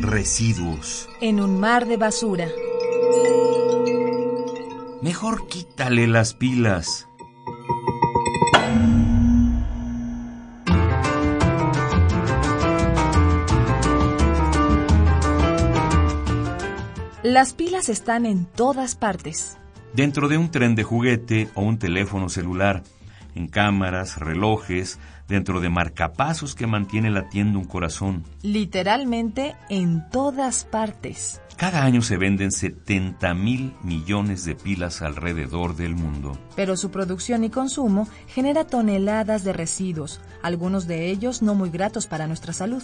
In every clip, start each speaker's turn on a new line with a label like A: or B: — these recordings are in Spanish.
A: Residuos.
B: En un mar de basura.
A: Mejor quítale las pilas.
B: Las pilas están en todas partes.
A: Dentro de un tren de juguete o un teléfono celular, en cámaras, relojes, dentro de marcapasos que mantiene latiendo un corazón.
B: Literalmente en todas partes.
A: Cada año se venden 70 mil millones de pilas alrededor del mundo.
B: Pero su producción y consumo genera toneladas de residuos, algunos de ellos no muy gratos para nuestra salud.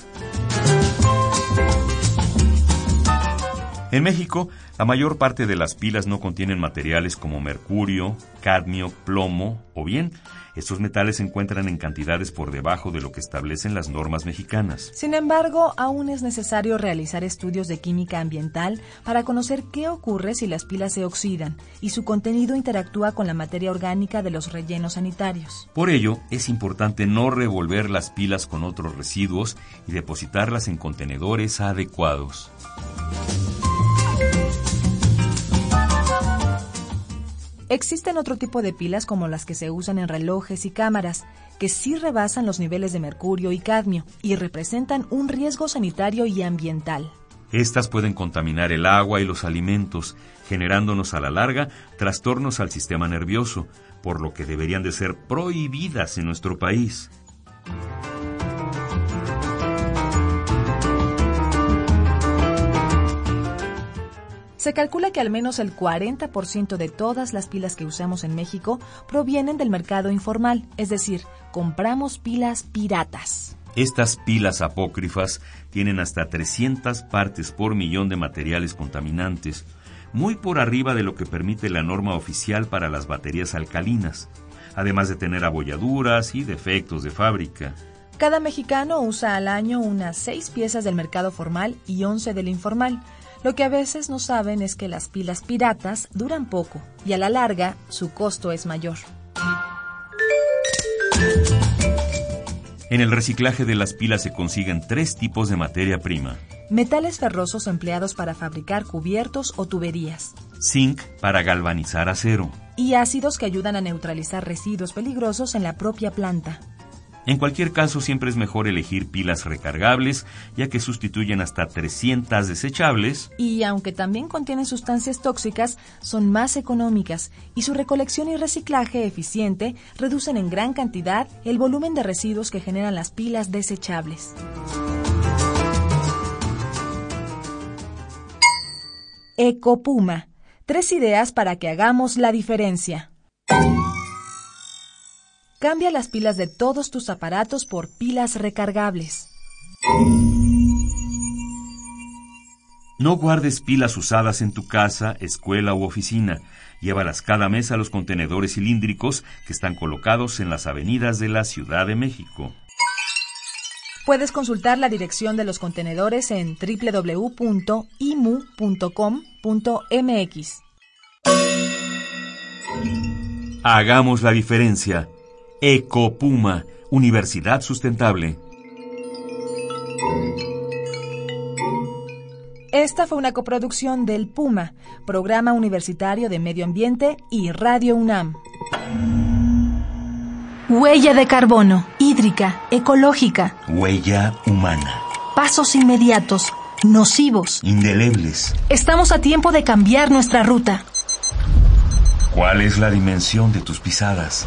A: En México, la mayor parte de las pilas no contienen materiales como mercurio, cadmio, plomo o bien estos metales se encuentran en cantidades por debajo de lo que establecen las normas mexicanas.
B: Sin embargo, aún es necesario realizar estudios de química ambiental para conocer qué ocurre si las pilas se oxidan y su contenido interactúa con la materia orgánica de los rellenos sanitarios.
A: Por ello, es importante no revolver las pilas con otros residuos y depositarlas en contenedores adecuados.
B: Existen otro tipo de pilas como las que se usan en relojes y cámaras, que sí rebasan los niveles de mercurio y cadmio y representan un riesgo sanitario y ambiental.
A: Estas pueden contaminar el agua y los alimentos, generándonos a la larga trastornos al sistema nervioso, por lo que deberían de ser prohibidas en nuestro país.
B: Se calcula que al menos el 40% de todas las pilas que usamos en México provienen del mercado informal, es decir, compramos pilas piratas.
A: Estas pilas apócrifas tienen hasta 300 partes por millón de materiales contaminantes, muy por arriba de lo que permite la norma oficial para las baterías alcalinas, además de tener abolladuras y defectos de fábrica.
B: Cada mexicano usa al año unas 6 piezas del mercado formal y 11 del informal, lo que a veces no saben es que las pilas piratas duran poco y a la larga su costo es mayor.
A: En el reciclaje de las pilas se consiguen tres tipos de materia prima.
B: Metales ferrosos empleados para fabricar cubiertos o tuberías.
A: Zinc para galvanizar acero.
B: Y ácidos que ayudan a neutralizar residuos peligrosos en la propia planta.
A: En cualquier caso, siempre es mejor elegir pilas recargables, ya que sustituyen hasta 300 desechables.
B: Y aunque también contienen sustancias tóxicas, son más económicas y su recolección y reciclaje eficiente reducen en gran cantidad el volumen de residuos que generan las pilas desechables. Ecopuma. Tres ideas para que hagamos la diferencia. Cambia las pilas de todos tus aparatos por pilas recargables.
A: No guardes pilas usadas en tu casa, escuela u oficina. Llévalas cada mes a los contenedores cilíndricos que están colocados en las avenidas de la Ciudad de México.
B: Puedes consultar la dirección de los contenedores en www.imu.com.mx.
A: Hagamos la diferencia. Ecopuma, Universidad Sustentable.
B: Esta fue una coproducción del Puma, Programa Universitario de Medio Ambiente y Radio UNAM.
C: Huella de carbono, hídrica, ecológica.
A: Huella humana.
C: Pasos inmediatos, nocivos.
A: Indelebles.
C: Estamos a tiempo de cambiar nuestra ruta.
A: ¿Cuál es la dimensión de tus pisadas?